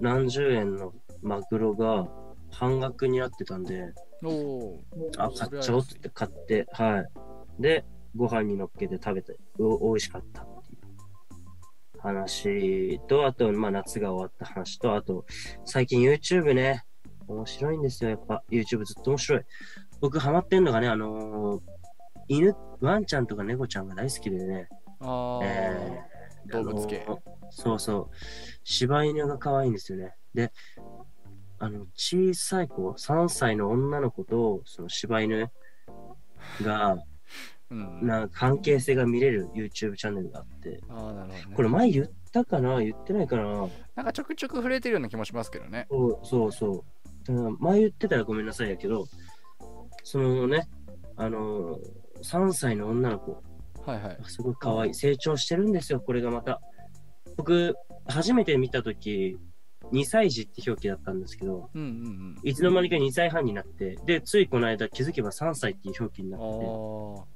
B: 何十円のマグロが半額になってたんで、
A: おおー。
B: あ、買っちゃおうって言って買って、はい。で、ご飯に乗っけて食べて、お美味しかったっていう話と、あと、まあ、夏が終わった話と、あと、最近 YouTube ね、面白いんですよ、やっぱ。YouTube ずっと面白い。僕、ハマってんのがね、あのー犬、ワンちゃんとか猫ちゃんが大好きでね、
A: ああ、
B: えー
A: 動物系
B: あのーそうそう。柴犬が可愛いんですよね。で、あの、小さい子、3歳の女の子と、その柴犬が、
A: うん。
B: なんか関係性が見れる YouTube チャンネルがあって、
A: ああ、なるほど、ね。
B: これ前言ったかな言ってないかな
A: なんかちょくちょく触れてるような気もしますけどね。
B: そうそうそう。だから前言ってたらごめんなさいやけど、そのね、あのー、3歳の女の子、
A: はいはい。
B: すごい可愛い。成長してるんですよ、これがまた。僕、初めて見たとき、2歳児って表記だったんですけど、
A: うんうん
B: いつの間にか2歳半になって、で、ついこの間気づけば3歳っていう表記に
A: うん。ああ
B: な
A: ー、
B: っ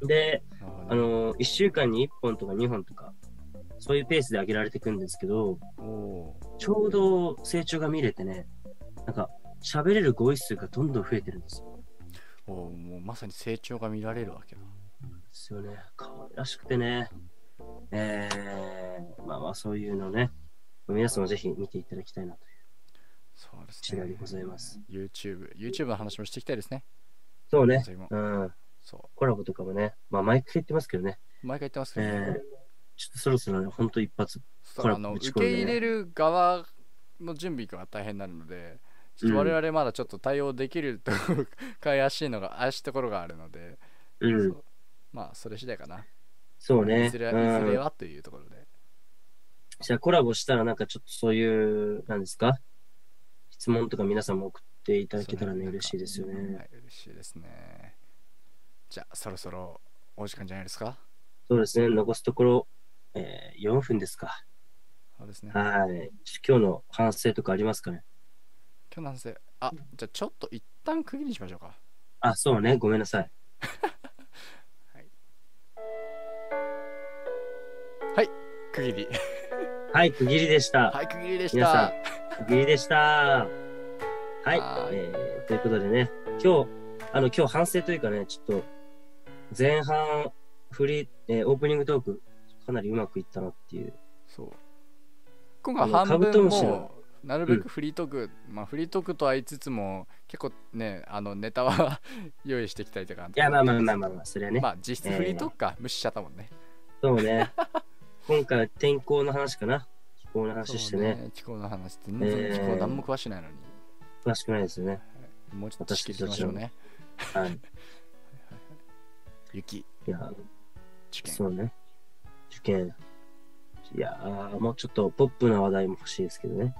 B: て、で、
A: なるほ
B: あ
A: ど、ね。
B: のー、1週間に1本とか2本とか、そういうペースで上げられていくんですけど、
A: おお
B: ちょうど成長が見れてね、なんか、喋れる語彙数がどんどん増えてるんですよ。
A: ー。おーもうまさに成長が見られるわけだ。
B: ですよね。可愛らしくてね。えー、まあまあそういうのね、皆さんもぜひ見ていただきたいなという
A: そうです
B: 次第
A: ね
B: で。ございます。
A: YouTube、YouTube の話もしていきたいですね。
B: そうね。
A: それも
B: うん。
A: そ
B: コラボとかもね、まあ毎回言ってますけどね。
A: う。毎回言ってます
B: え
A: けど、
B: ー、ちょっとそろそろね、ほんと一発。
A: そう
B: コラ
A: あの
B: ぶ
A: 受
B: ち込んで
A: け
B: ね
A: 入れる側の準備が大変になるので、ちょっと我々まだちょっと対応できるとか怪しいのが怪しいところがあるので、そ
B: うん。
A: うまあそれ次第かな、
B: そうね。
A: いずれは
B: うん
A: いずれはというところで
B: じゃあコラボしたらなんかちょっとそういう、なんですか質問とか皆さんも送っていただけたらね、
A: そう
B: 嬉しいですよ
A: は
B: ね。
A: い、嬉しいですねじゃあそろそろお時間じゃないですか
B: そうですね、残すところ、えー、4分ですか。
A: そうですね今
B: はい。今日の反省とかありますかね
A: 日なんせあじゃあちょっと一旦区切りにしましょうか
B: あ、そうね、ごめんなさい。
A: 区切り
B: はい、区切りでした。
A: はい区切りでし
B: 皆
A: た
B: さん、区切りでした。は、
A: はい
B: えーということでね、今日、あの、今日反省というかね、ちょっと、前半、フリー、えーオープニングトーク、かなりうまくいったなっていう。
A: そう今回
B: あの
A: 半
B: カブト
A: 分
B: ムシ
A: も
B: の
A: うなるべくフリートーク、まあフリートークとは言いつつも結構ねあのネタは 用意してきたりとか
B: いや、まあまあまあまあまあ、それはね
A: ま。あ実質フリートークか、無視しちゃったもんね
B: そうね。 今回は天候の話かな。気候の話してね。
A: そう気候の話全然
B: えー
A: 気候何も詳しないのに、
B: 詳しくないですよね。
A: もうちょっと知識入れましょうね
B: はい。
A: 雪
B: いや、
A: 受験
B: そうね。受験。いやー、もうちょっとポップな話題も欲しいですけどね。
A: ね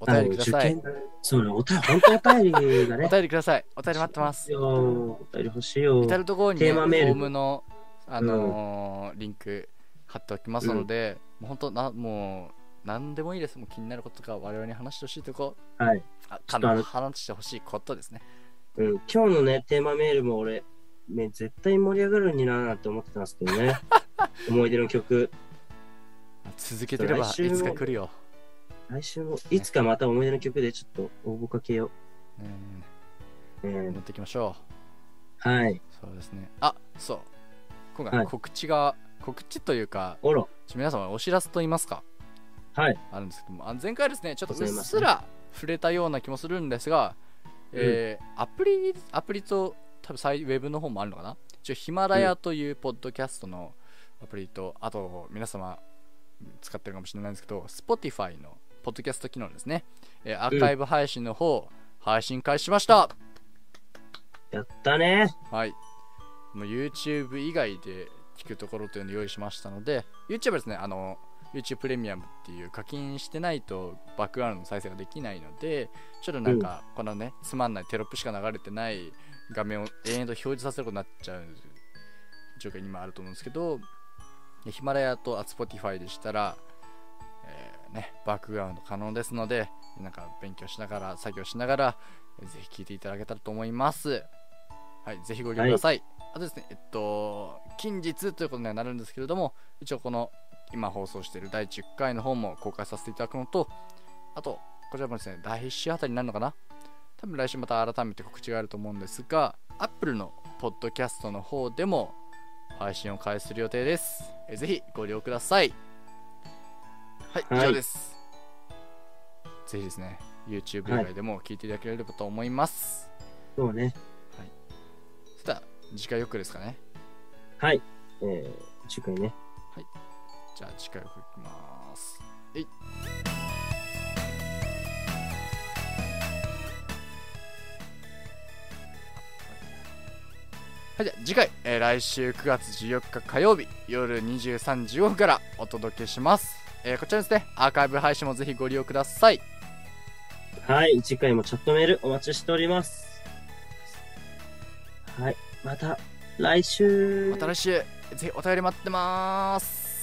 A: お便りくださ
B: あ
A: い
B: の受験そうね、お便り、本当お便りがね
A: お。便りくださいお便り待ってます
B: よお便り欲しいよ
A: 至。る所に、ね、
B: テーマメール
A: フォームの、あのーリンク貼っておきますので、もう本当なもう何でもいいですもう気になることとか我々に話してほしいとこ
B: はい。
A: あ
B: ょっとあの
A: 話してほしいことですね
B: うん、今日のね、テーマメールも俺、ね、絶対盛り上がるになーなって思ってたんですけ どね。思い出の曲。
A: 続けてればい
B: 来週も
A: つか来るよ、
B: 来週も、いつかまた思い出の曲でちょっと応募かけよ
A: うん、
B: う。え
A: 持っていきましょ
B: ー、はい。
A: うそうですねあそう今
B: は
A: 回
B: い
A: 告知が、告知というか
B: おろ。
A: ちょ皆様お知らせと言いますか
B: はい。
A: あるんですけどもあ前回ですねちょっとうっ
B: ございますすね
A: ら触れたような気もするんですが、えーアプリアプリと多分サイウェブの方もあるのかな一応ヒマラヤというポッドキャストのアプリと、あと皆様使ってるかもしれないんですけど Spotify のポッドキャスト機能ですね、えーアーカイブ配信の方、配信開始しました
B: やったね。
A: はい。もう YouTube 以外で聞くところというのを用意しましたので、YouTube はですね、あの、YouTube プレミアムっていう課金してないとバックグラウンドの再生ができないので、ちょっとなんか、このね、つまんないテロップしか流れてない画面を延々と表示させることになっちゃう状況に今あると思うんですけど、でヒマラヤとあ Spotify でしたら、えーね、バックグラウンド可能ですので、なんか勉強しながら、作業しながら、えーぜひ聞いていただけたらと思います。はい、ぜひご利用ください。あとですね、えっと、近日ということにはなるんですけれども、一応この今放送している第10回の方も公開させていただくのと、あと、こちらもですね、来週あたりになるのかな多分来週また改めて告知があると思うんですが、Apple のポッドキャストの方でも配信を開始する予定です。えぜひご利用ください。はい、
B: はい
A: 以上です。ぜひですね、YouTube 以外でも聞いていただければと思います。
B: そうね。
A: そしたら、次回よくですかね。
B: はい。えー、次回ね。
A: じゃあ次回を行きます。はい、じゃあ次回、えー来週9月14日火曜日夜23時5分からお届けします。えーこちらですね、アーカイブ配信もぜひご利用ください。
B: はい。次回もチャットメールお待ちしております。はい。また来週。
A: また来週、ぜひお便り待ってます。